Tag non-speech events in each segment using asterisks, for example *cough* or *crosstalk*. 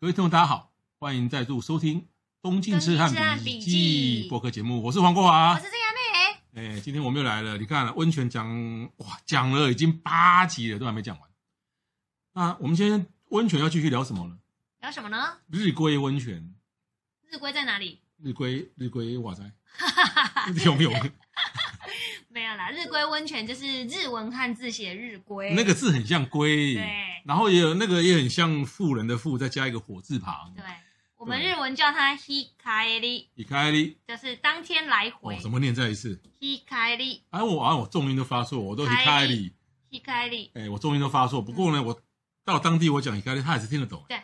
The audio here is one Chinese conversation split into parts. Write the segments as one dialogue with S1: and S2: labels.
S1: 各位听众，大家好，欢迎再度收听《东京痴
S2: 东京痴
S1: 汉
S2: 汉
S1: 笔
S2: 笔
S1: 记
S2: 记》
S1: 播客节目，我是黄国华，
S2: 我是这个妹，
S1: 哎，今天我们又来了，你看温泉讲哇，讲了已经八集了，都还没讲完。那我们今天温泉要继续聊什么呢？
S2: 聊什么呢？
S1: 日归温泉，
S2: 日归在哪里？
S1: 日归日归，哇
S2: *laughs*
S1: 塞，有没有
S2: 没有啦，日归温泉就是日文汉字写日归，
S1: 那个字很像龟，
S2: 对
S1: 然后也有那个也很像富人的富，再加一个火字旁
S2: 对，，我们
S1: 对
S2: 日文叫它 hikari，
S1: 你开哩，
S2: 就是当天来
S1: 哦
S2: 回，
S1: 怎么念再一次？
S2: hikari
S1: 哎，我啊，我重音都发错，我都你开哩，
S2: hikari，
S1: 哎，我重音都发错。不过呢，我到当地我讲你开哩，他还是听得懂。
S2: 对，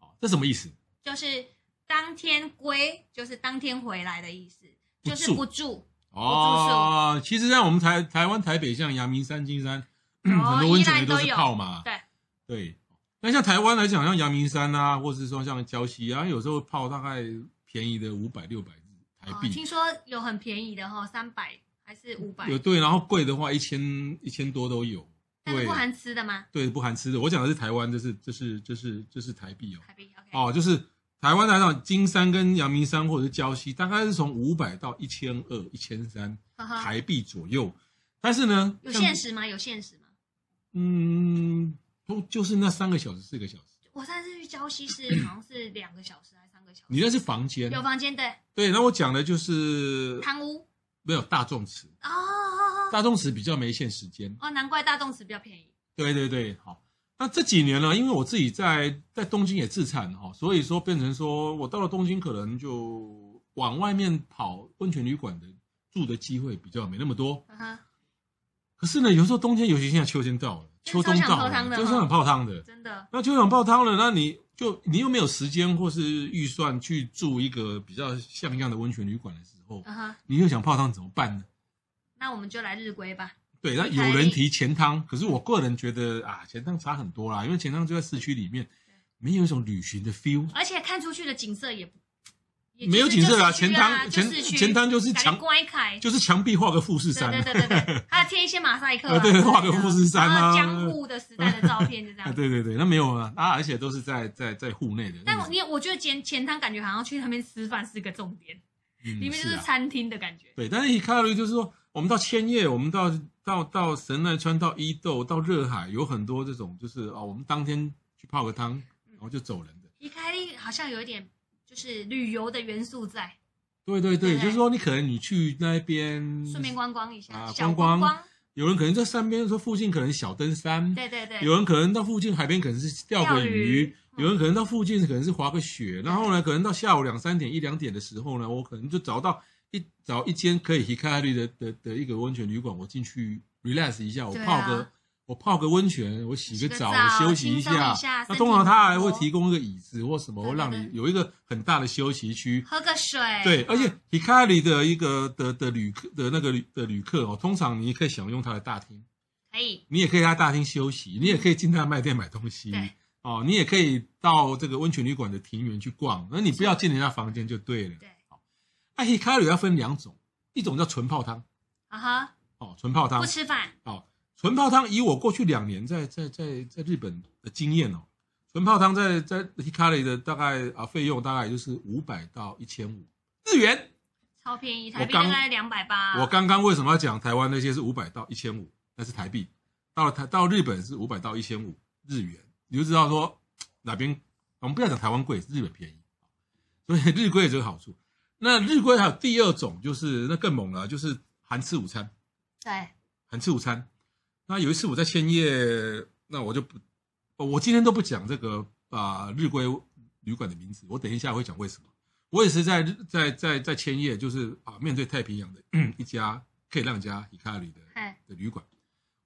S1: 哦，这什么意思？
S2: 就是当天归，就是当天回来的意思，
S1: 不
S2: 就是
S1: 住
S2: 不住，
S1: 哦，其实像我们台台湾台北，像阳明山、金山， *clears throat* 很多温泉也都
S2: 哦宜兰都
S1: 是
S2: 有
S1: 泡嘛。
S2: 对
S1: 对，那像台湾来讲，像阳明山啊，或是说像礁溪啊，有时候泡大概便宜的五百、六百台
S2: 哦
S1: 币，
S2: 听说有很便宜的哈、哦，三百还是五百，
S1: 有对，然后贵的话一千一千多都有。
S2: 但是
S1: 对
S2: 不含吃的吗？
S1: 对，不含吃的。我讲的是台湾，这是这是这是这是台币哦。
S2: 台币 OK，
S1: 哦，就是台湾来讲，金山跟阳明山或者是礁溪，大概是从五百到一千二、一千三
S2: 呵呵，
S1: 台币左右。但是呢，
S2: 啊有
S1: 像
S2: 限时吗？有限时吗？
S1: 嗯，不就是那三个小时、四个小时？
S2: 我上次去礁溪是好像是两个小时还是三个小时，
S1: 你那是房间，
S2: 有房间对
S1: 对。那我讲的就是
S2: 汤屋
S1: 没有大众池，
S2: 哦哦哦
S1: 大众池比较没限时间。
S2: 哦，难怪大众池比较便宜。
S1: 对对对，好。那这几年呢，因为我自己在在东京也自产哈、所以说变成说我到了东京，可能就往外面跑温泉旅馆的住的机会比较没那么多。
S2: 嗯哼，
S1: 可是呢，有时候冬天，尤其现在秋天到了，秋冬到
S2: 超想泡汤
S1: 了，
S2: 的
S1: 就想泡汤的。
S2: 真的
S1: 那就想泡汤了，那你就你又没有时间或是预算去住一个比较像样的温泉旅馆的时候，
S2: 嗯哼，
S1: 你又想泡汤怎么办呢？
S2: 那我们就来日归吧。
S1: 对，那有人提钱汤，可是我个人觉得啊，钱汤差很多啦，因为钱汤就在市区里面，没有一种旅行的 feel，
S2: 而且看出去的景色也不，也就是
S1: 没有景色啦，
S2: 就市
S1: 钱
S2: 区啊
S1: 汤
S2: 就
S1: 钱
S2: 市区
S1: 钱汤就是
S2: 感觉
S1: 墙
S2: 乖凯，
S1: 就是墙壁画个富士
S2: 对
S1: 山，
S2: 对对对对，还有贴一些马赛克啊
S1: 呃， *laughs* 对
S2: 之类的
S1: 画个富士山啊
S2: 然后江户的时代的照片就这
S1: 啊 *laughs*
S2: 样。
S1: 对对对，那没有啊，啊，而且都是在在在户内的，嗯
S2: 但
S1: 那
S2: 我
S1: 种
S2: 你我觉得前前汤感觉好像去那边吃饭是个重点，
S1: 嗯
S2: 里面就是是
S1: 啊
S2: 餐厅的感觉。
S1: 对，但是一看到就是说，我们到千叶，我们到到到神奈川，到伊豆，到热海，有很多这种就是啊、我们当天去泡个
S2: 嗯
S1: 汤，然后就走人的。
S2: 伊开利好像有一点就是旅游的元素在，
S1: 对对对，
S2: 对
S1: 就是说你可能你去那边，
S2: 顺便观光一下，
S1: 嗯啊
S2: 小
S1: 观光
S2: 光，
S1: 有人可能在山边说附近可能小登山，
S2: 对对对，
S1: 有人可能到附近海边可能是钓个
S2: 钓
S1: 鱼，
S2: 鱼嗯
S1: 有人可能到附近可能是滑个雪，然后呢，可能到下午两三点一两点的时候呢，我可能就找到一找一间可以 hikari 的的的一个温泉旅馆，我进去 relax 一下，我
S2: 对啊
S1: 泡个、我泡个温泉，我洗个澡，
S2: 洗个澡
S1: 我休息一
S2: 轻松
S1: 下。
S2: 一下
S1: 那
S2: 身体
S1: 通常他还会
S2: 活泼
S1: 提供一个椅子或什么，
S2: 对对啊
S1: 让你有一个很大的休息区。
S2: 喝个水，
S1: 对，而且 hikari 的一个的的旅客的那个旅的旅客哦，通常你可以享用他的大厅。
S2: 可以，
S1: 你也可以在大厅休息，你也可以进他的卖店买东西
S2: 对，
S1: 哦，你也可以到这个温泉旅馆的庭园去逛，那你不要进人家房间就对了。啊
S2: 对，
S1: 那 hikari 要分两种，一种叫纯泡汤，
S2: 啊
S1: 哦，纯泡
S2: 哈，
S1: 汤
S2: 不，吃饭，
S1: 哦，纯泡汤，以我过去两年在在在在日本的经验哦，纯泡汤在在 hikari 的大概啊费用大概也就是五百到一千五日元。
S2: 超便宜，
S1: 我
S2: 台币
S1: 刚
S2: 大概两百八，
S1: 我刚刚为什么要讲台湾那些是五百到一千五，那是台币，到了台到日本是五百到一千五日元，你就知道说嘖哪边我们不要讲台湾贵，日本便宜，所以日规有这个好处。那日规还有第二种，就是那更猛了，就是含吃午餐，
S2: 对，
S1: 含吃午餐。那有一次我在千叶，那我就不，哦我今天都不讲这个啊、日规旅馆的名字，我等一下会讲为什么。我也是在日在在在千叶，就是啊面对太平 *clears throat* 洋的一家可以让人家 hikari 的
S2: 嘿，
S1: 的旅馆，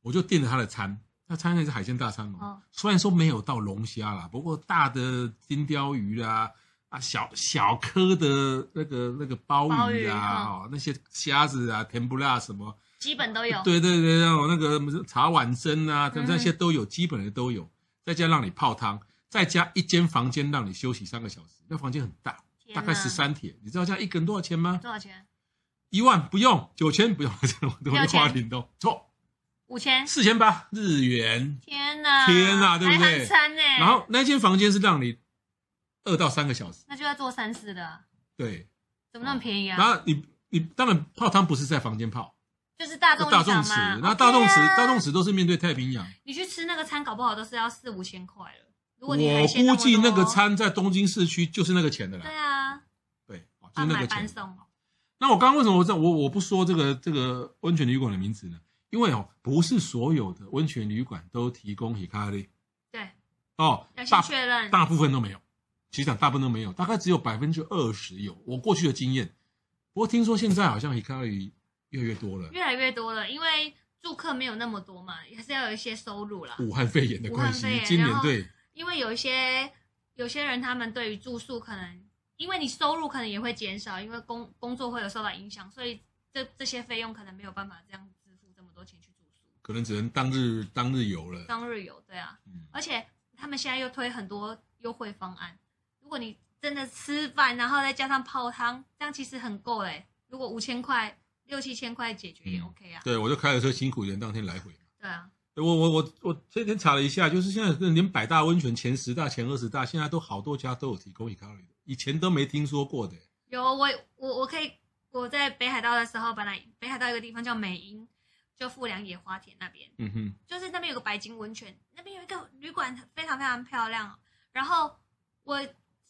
S1: 我就订了他的餐，那餐那是海鲜大餐嘛，
S2: 哦
S1: 虽然说没有到龙虾啦，不过大的金鲷鱼啦、啊，小小颗的那个那个鲍
S2: 鲍
S1: 鱼
S2: 鱼
S1: 啊，
S2: 嗯
S1: 哦，那些虾子啊、甜不辣什么，
S2: 基本都有。
S1: 对对对，那种那个什么茶碗蒸啊，
S2: 嗯
S1: 那些都有，基本的都有，再加上让你泡汤，再加一间房间让你休息三个小时，那房间很大，
S2: 天
S1: 大
S2: 哪
S1: 概十三铁，你知道这样一个人多少钱吗？
S2: 多少钱？
S1: 一万不用，九千不用， *laughs* 我都
S2: 六千
S1: 花零都错，
S2: 五千。
S1: 四千八日元。
S2: 天哪！
S1: 天哪对不对
S2: 还含餐呢。
S1: 然后那间房间是让你二到三个小时，
S2: 那就要做三四的，
S1: 对。
S2: 怎么那么便宜
S1: 然
S2: 啊？
S1: 后你你当然泡汤不是在房间泡，
S2: 就是大众
S1: 大众
S2: 场
S1: 池，
S2: 嘛。
S1: 那大众池
S2: OK 啊
S1: 大众池都是面对太平洋。
S2: 你去吃那个餐，搞不好都是要四五千块了。如
S1: 我
S2: 果你海鲜
S1: 估
S2: 么
S1: 计那个
S2: 多，
S1: 餐在东京市区就是那个钱的
S2: 对
S1: 啦，
S2: 啊，
S1: 对，哦就是
S2: 半
S1: 那
S2: 买
S1: 个
S2: 半
S1: 钱。
S2: 送，
S1: 那我刚刚为什么我在我我不说这个这个温泉旅馆的名字呢？因为哦，不是所有的温泉旅馆都提供 hikari
S2: 对，
S1: 哦
S2: 要，先
S1: 大
S2: 确认。
S1: 大部分都没有，其实讲大部分都没有，大概只有百分之二十有。我过去的经验，不过听说现在好像 Hikari 越来越多了，
S2: 越来越多了，因为住客没有那么多嘛，还是要有一些收入啦。
S1: 武汉肺炎的关
S2: 武汉肺
S1: 系，
S2: 炎
S1: 今年
S2: 然后
S1: 对
S2: 因为有一些有些人他们对于住宿可能，因为你收入可能也会减少，因为工工作会有受到影响，所以这这些费用可能没有办法这样支付这么多钱去住宿，
S1: 可能只能当日当日游了。
S2: 当日游对啊，
S1: 嗯，
S2: 而且他们现在又推很多优惠方案，如果你真的吃饭，然后再加上泡汤，这样其实很够嘞。如果五千块、六七千块解决也
S1: 嗯
S2: OK 啊，
S1: 对，我就开着车辛苦一点，当天来回。
S2: 对啊，
S1: 我我我我这天查了一下，就是现在连百大温泉前十大、前二十大，现在都好多家都有提供 Hikari 的，以前都没听说过的。
S2: 有我我我可以我在北海道的时候，本来北海道有个地方叫美瑛，就富良野花田那边，
S1: 嗯哼，
S2: 就是那边有个白金温泉，那边有一个旅馆非常非常漂亮哦。然后我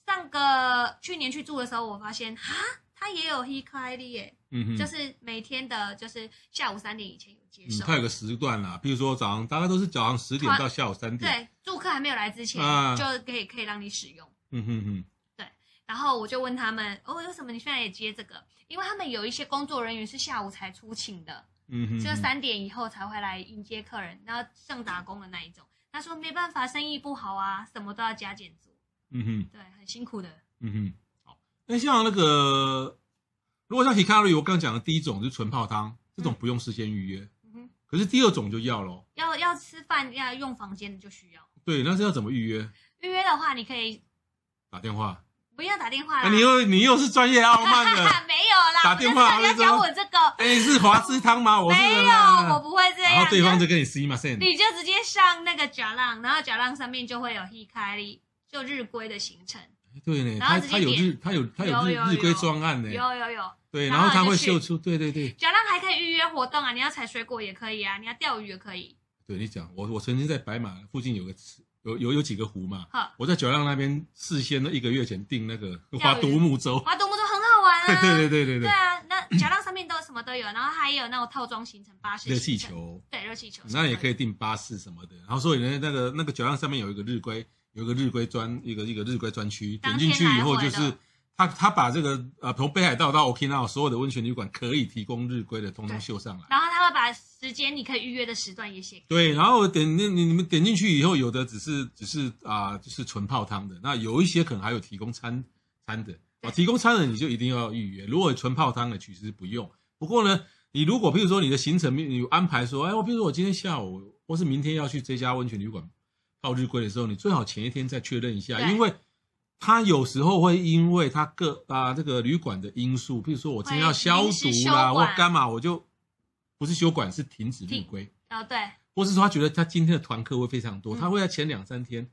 S2: 上个去年去住的时候，我发现哈，它也有 Hikari 耶，
S1: 嗯哼，
S2: 就是每天的就是下午三点以前有接
S1: 嗯，
S2: 受，
S1: 它有个时段啦，比如说早上大概都是早上十点
S2: 它
S1: 到下午三点。
S2: 对，住客还没有来之前、
S1: 啊
S2: 就可以可以让你使用。
S1: 嗯哼哼。
S2: 然后我就问他们，哦，为什么你现在也接这个？因为他们有一些工作人员是下午才出勤的，
S1: 嗯哼，
S2: 就三点以后才会来迎接客人，然后像打工的那一种。他说没办法，生意不好啊，什么都要加减做，
S1: 嗯哼，
S2: 对，很辛苦的。
S1: 嗯哼，好。那像那个，如果像 Hikari，我刚讲的第一种是纯泡汤，这种不用事先预约，
S2: 嗯哼，
S1: 可是第二种就要咯。
S2: 要要吃饭要用房间的就需要
S1: 对，那是要怎么预约？
S2: 预约的话，你可以
S1: 打电话。
S2: 不要打电话啦。
S1: 啊，你又你又是专业傲
S2: 哈
S1: 慢
S2: *laughs* 哈哈，
S1: 的。
S2: 没有啦，
S1: 打电话
S2: 我就是要教我这个，
S1: 哎，你是华之汤吗？我是
S2: 没有，我不会这
S1: 然
S2: 样。
S1: 后对方就跟你 see my s e
S2: 你就直接上那个假浪，然后假浪上面就会有 hikari，就日归的行程，
S1: 对呢，
S2: 然后
S1: 他
S2: 直
S1: 他
S2: 接
S1: 有
S2: 点
S1: 日他有他
S2: 有
S1: 日
S2: 有
S1: 日规
S2: 有
S1: 专案呢，
S2: 有有有。
S1: 对，
S2: 然
S1: 然后
S2: 后
S1: 他
S2: 就
S1: 会
S2: 去
S1: 秀出，对对对，
S2: 假浪还可以预约活动啊，你要采水果也可以啊，你要钓鱼也可以。
S1: 对你讲，我我曾经在白马附近有个池，有有有几个湖嘛
S2: 哈，
S1: 我在九浪那边事先一个月前订那个
S2: 鱼
S1: 花独木舟，
S2: 划独木舟很好玩啊。
S1: *laughs* 对对对对
S2: 对啊，那
S1: *coughs*
S2: 假浪上面都有什么都有，然后还有那种套装行程、巴士
S1: 热气
S2: 行程，
S1: 球，
S2: 对，热气球，
S1: 那也可
S2: 以。
S1: 以订巴士什么的。然后所以呢，那个那个九浪上面有一个日规，有一个日规专，一个一个日规专区，点
S2: 当
S1: 进
S2: 天
S1: 去以后就
S2: 来回
S1: 是
S2: 的
S1: 他他把这个呃从北海道到 Okinawa 所有的温泉旅馆可以提供日规的，通通
S2: 对
S1: 秀上来。
S2: 然后他会把时间你可以预约的时段也写给
S1: 对，然后点那你你们点进去以后，有的只是只是啊、就是纯泡汤的，那有一些可能还有提供餐餐的啊，
S2: 对
S1: 提供餐的你就一定要预约，如果纯泡汤的其实不用。不过呢，你如果比如说你的行程你安排说，哎，我比如说我今天下午或是明天要去这家温泉旅馆泡日归的时候，你最好前一天再确认一下，
S2: 对
S1: 因为。他有时候会因为他个啊、这个旅馆的因素，比如说我今天要
S2: 会
S1: 消
S2: 临时
S1: 毒
S2: 休
S1: 啦或
S2: 馆
S1: 干嘛，我就不是休馆是停止日
S2: 停
S1: 归。
S2: 哦，对，
S1: 或是说他觉得他今天的团客会非常多，
S2: 嗯
S1: 他会在前两三天，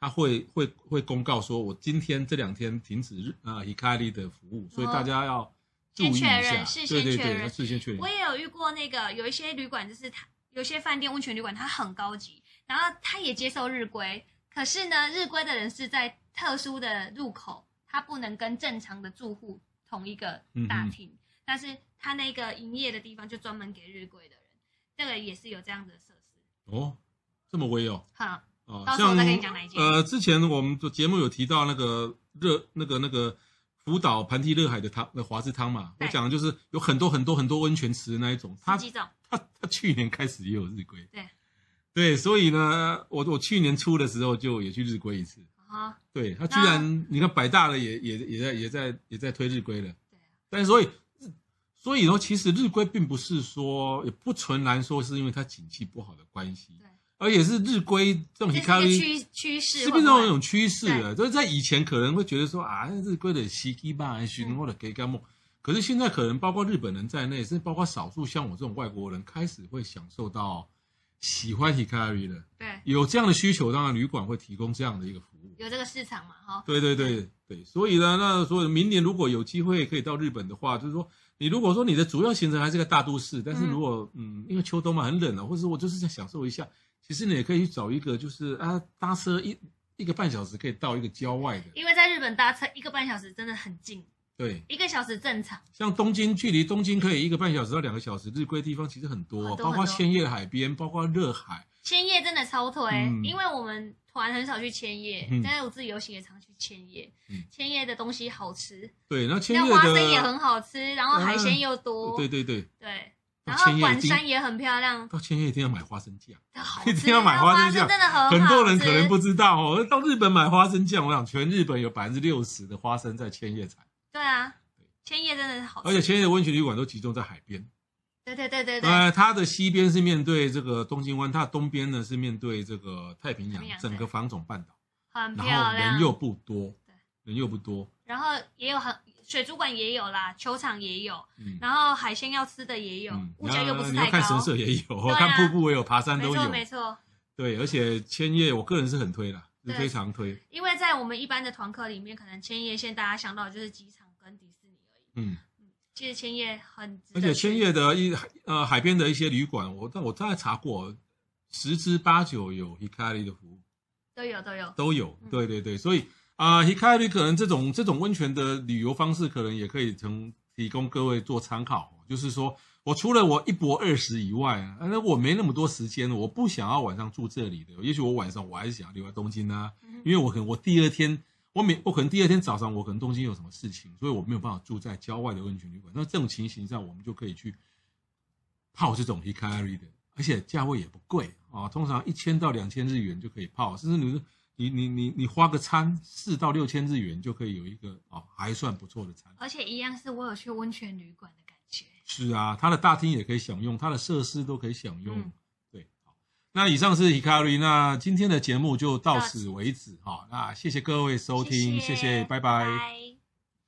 S1: 他会会会公告说，我今天这两天停止日呃 Hikari 的服务，所以大家要注意一
S2: 哦先确
S1: 下，
S2: 认事先
S1: 对对
S2: 确
S1: 对，
S2: 认
S1: 要事先确认
S2: 我。也有遇过那个有一些旅馆，就是它有些饭店温泉旅馆，它很高级，然后它也接受日归，可是呢，日归的人是在特殊的入口，它不能跟正常的住户同一个大
S1: 嗯
S2: 厅，但是它那个营业的地方就专门给日归的人，这个也是有这样的设施。
S1: 哦，这么微哦，
S2: 哈，
S1: 哦，
S2: 到时候
S1: 像
S2: 再跟你讲哪一间
S1: 呃，之前我们的节目有提到那个热那个那个福岛盘梯热海的汤那华氏汤嘛，我
S2: 对
S1: 讲的就是有很多很多很多温泉池的那一种，它
S2: 十几种，
S1: 他他去年开始也有日规，
S2: 对，
S1: 对，所以呢，我我去年初的时候就也去日归一次。
S2: 啊，
S1: 对他居然，你看百大了也也也在也在也在推日规了。
S2: 对啊
S1: 但是所以所以呢，其实日规并不是说也不纯然说是因为它景气不好的关系
S2: 对，
S1: 而且是日规这种
S2: 这是一
S1: hikari
S2: 个趋趋势
S1: 是
S2: 会
S1: 变
S2: 不
S1: 成一
S2: 会，
S1: 种趋势了。就是在以前可能会觉得说啊，日规的西基吧、寻或者给干梦，可是现在可能包括日本人在内，甚至包括少数像我这种外国人，开始会享受到喜欢 hikari 了。
S2: 对，
S1: 有这样的需求，当然旅馆会提供这样的一个服务。
S2: 有这个市场嘛，哈、
S1: 对对对对，所以呢，那所以明年如果有机会可以到日本的话，就是说，你如果说你的主要行程还是个大都市，但是
S2: 嗯
S1: 如果嗯因为秋冬嘛很冷啊，或者是我就是想享受一下，其实你也可以去找一个就是啊，搭车一一个半小时可以到一个郊外的，
S2: 因为在日本搭车一个半小时真的很近，
S1: 对，
S2: 一个小时正常，
S1: 像东京距离东京可以一个半小时到两个小时，日规地方其实很多，
S2: 很多
S1: 包括
S2: 很多
S1: 千叶的海边，包括热海，
S2: 千叶真的超推，
S1: 嗯
S2: 因为我们团很少去千叶，
S1: 嗯
S2: 但是我自己游行也常去千叶，
S1: 嗯
S2: 千叶的东西好吃，
S1: 对，那千
S2: 那
S1: 叶
S2: 花
S1: 的啊
S2: 生也很好吃，然后海鲜又多，
S1: 对对对，
S2: 对
S1: 那
S2: 然
S1: 千
S2: 后
S1: 叶
S2: 管
S1: 一定
S2: 山也很漂亮，
S1: 到千叶一定要买花生酱。*laughs*
S2: 好
S1: 一
S2: 吃，
S1: 定要买花生酱
S2: 真的很好吃
S1: 很多人可能不知道哦，到日本买花生酱，我想全日本有百分之六十的花生在千叶产，
S2: 对啊，千叶真的是好吃，
S1: 而且千叶的温泉旅馆都集中在海边。
S2: 对对对对对，
S1: 呃，它的西边是面对这个东京湾，它的东边呢是面对这个太平
S2: 太
S1: 洋，
S2: 平洋
S1: 整个房总半岛，
S2: 很
S1: 然
S2: 漂
S1: 后
S2: 亮，
S1: 人又不多
S2: 对，
S1: 人又不多，
S2: 然后也有很水族馆也有啦，球场也有，
S1: 嗯，
S2: 然后海鲜要吃的也有，
S1: 嗯
S2: 物价又不是
S1: 你要
S2: 太
S1: 看神
S2: 高，
S1: 社也有，
S2: 啊
S1: 看瀑布也有，爬山
S2: 没
S1: 都
S2: 错
S1: 有，
S2: 没错。
S1: 对，而且千叶我个人是很推啦，是
S2: 对
S1: 非常推，
S2: 因为在我们一般的团客里面，可能千叶县大家想到的就是机场跟迪士尼而已。
S1: 嗯。
S2: 其实千叶很值得
S1: 而
S2: 去，
S1: 且千叶的一呃海边的一些旅馆，我但我大概查过，十之八九有 Hikari 的服务
S2: 都有都有，
S1: 都有
S2: 嗯。
S1: 对对对，所以啊、h i k a r i 可能这种这种温泉的旅游方式，可能也可以从提供各位做参考。就是说我除了我一博二十以外，啊那我没那么多时间，我不想要晚上住这里的。也许我晚上我还是想留在东京啊，
S2: 嗯
S1: 因为我可能我第二天。我每我可能第二天早上我可能东京有什么事情，所以我没有办法住在郊外的温泉旅馆。那这种情形下，我们就可以去泡这种 hikari 的，而且价位也不贵啊，通常一千到两千日元就可以泡，甚至你你你你你花个餐四到六千日元就可以有一个啊还算不错的餐。
S2: 而且一样是我有去温泉旅馆的感觉。
S1: 是啊，它的大厅也可以享用，它的设施都可以享用。
S2: 嗯
S1: 对，好，那以上是 hikari，那今天的节目就到
S2: 到
S1: 此为止哈、那谢谢各位收听，
S2: 谢
S1: 谢拜拜
S2: 拜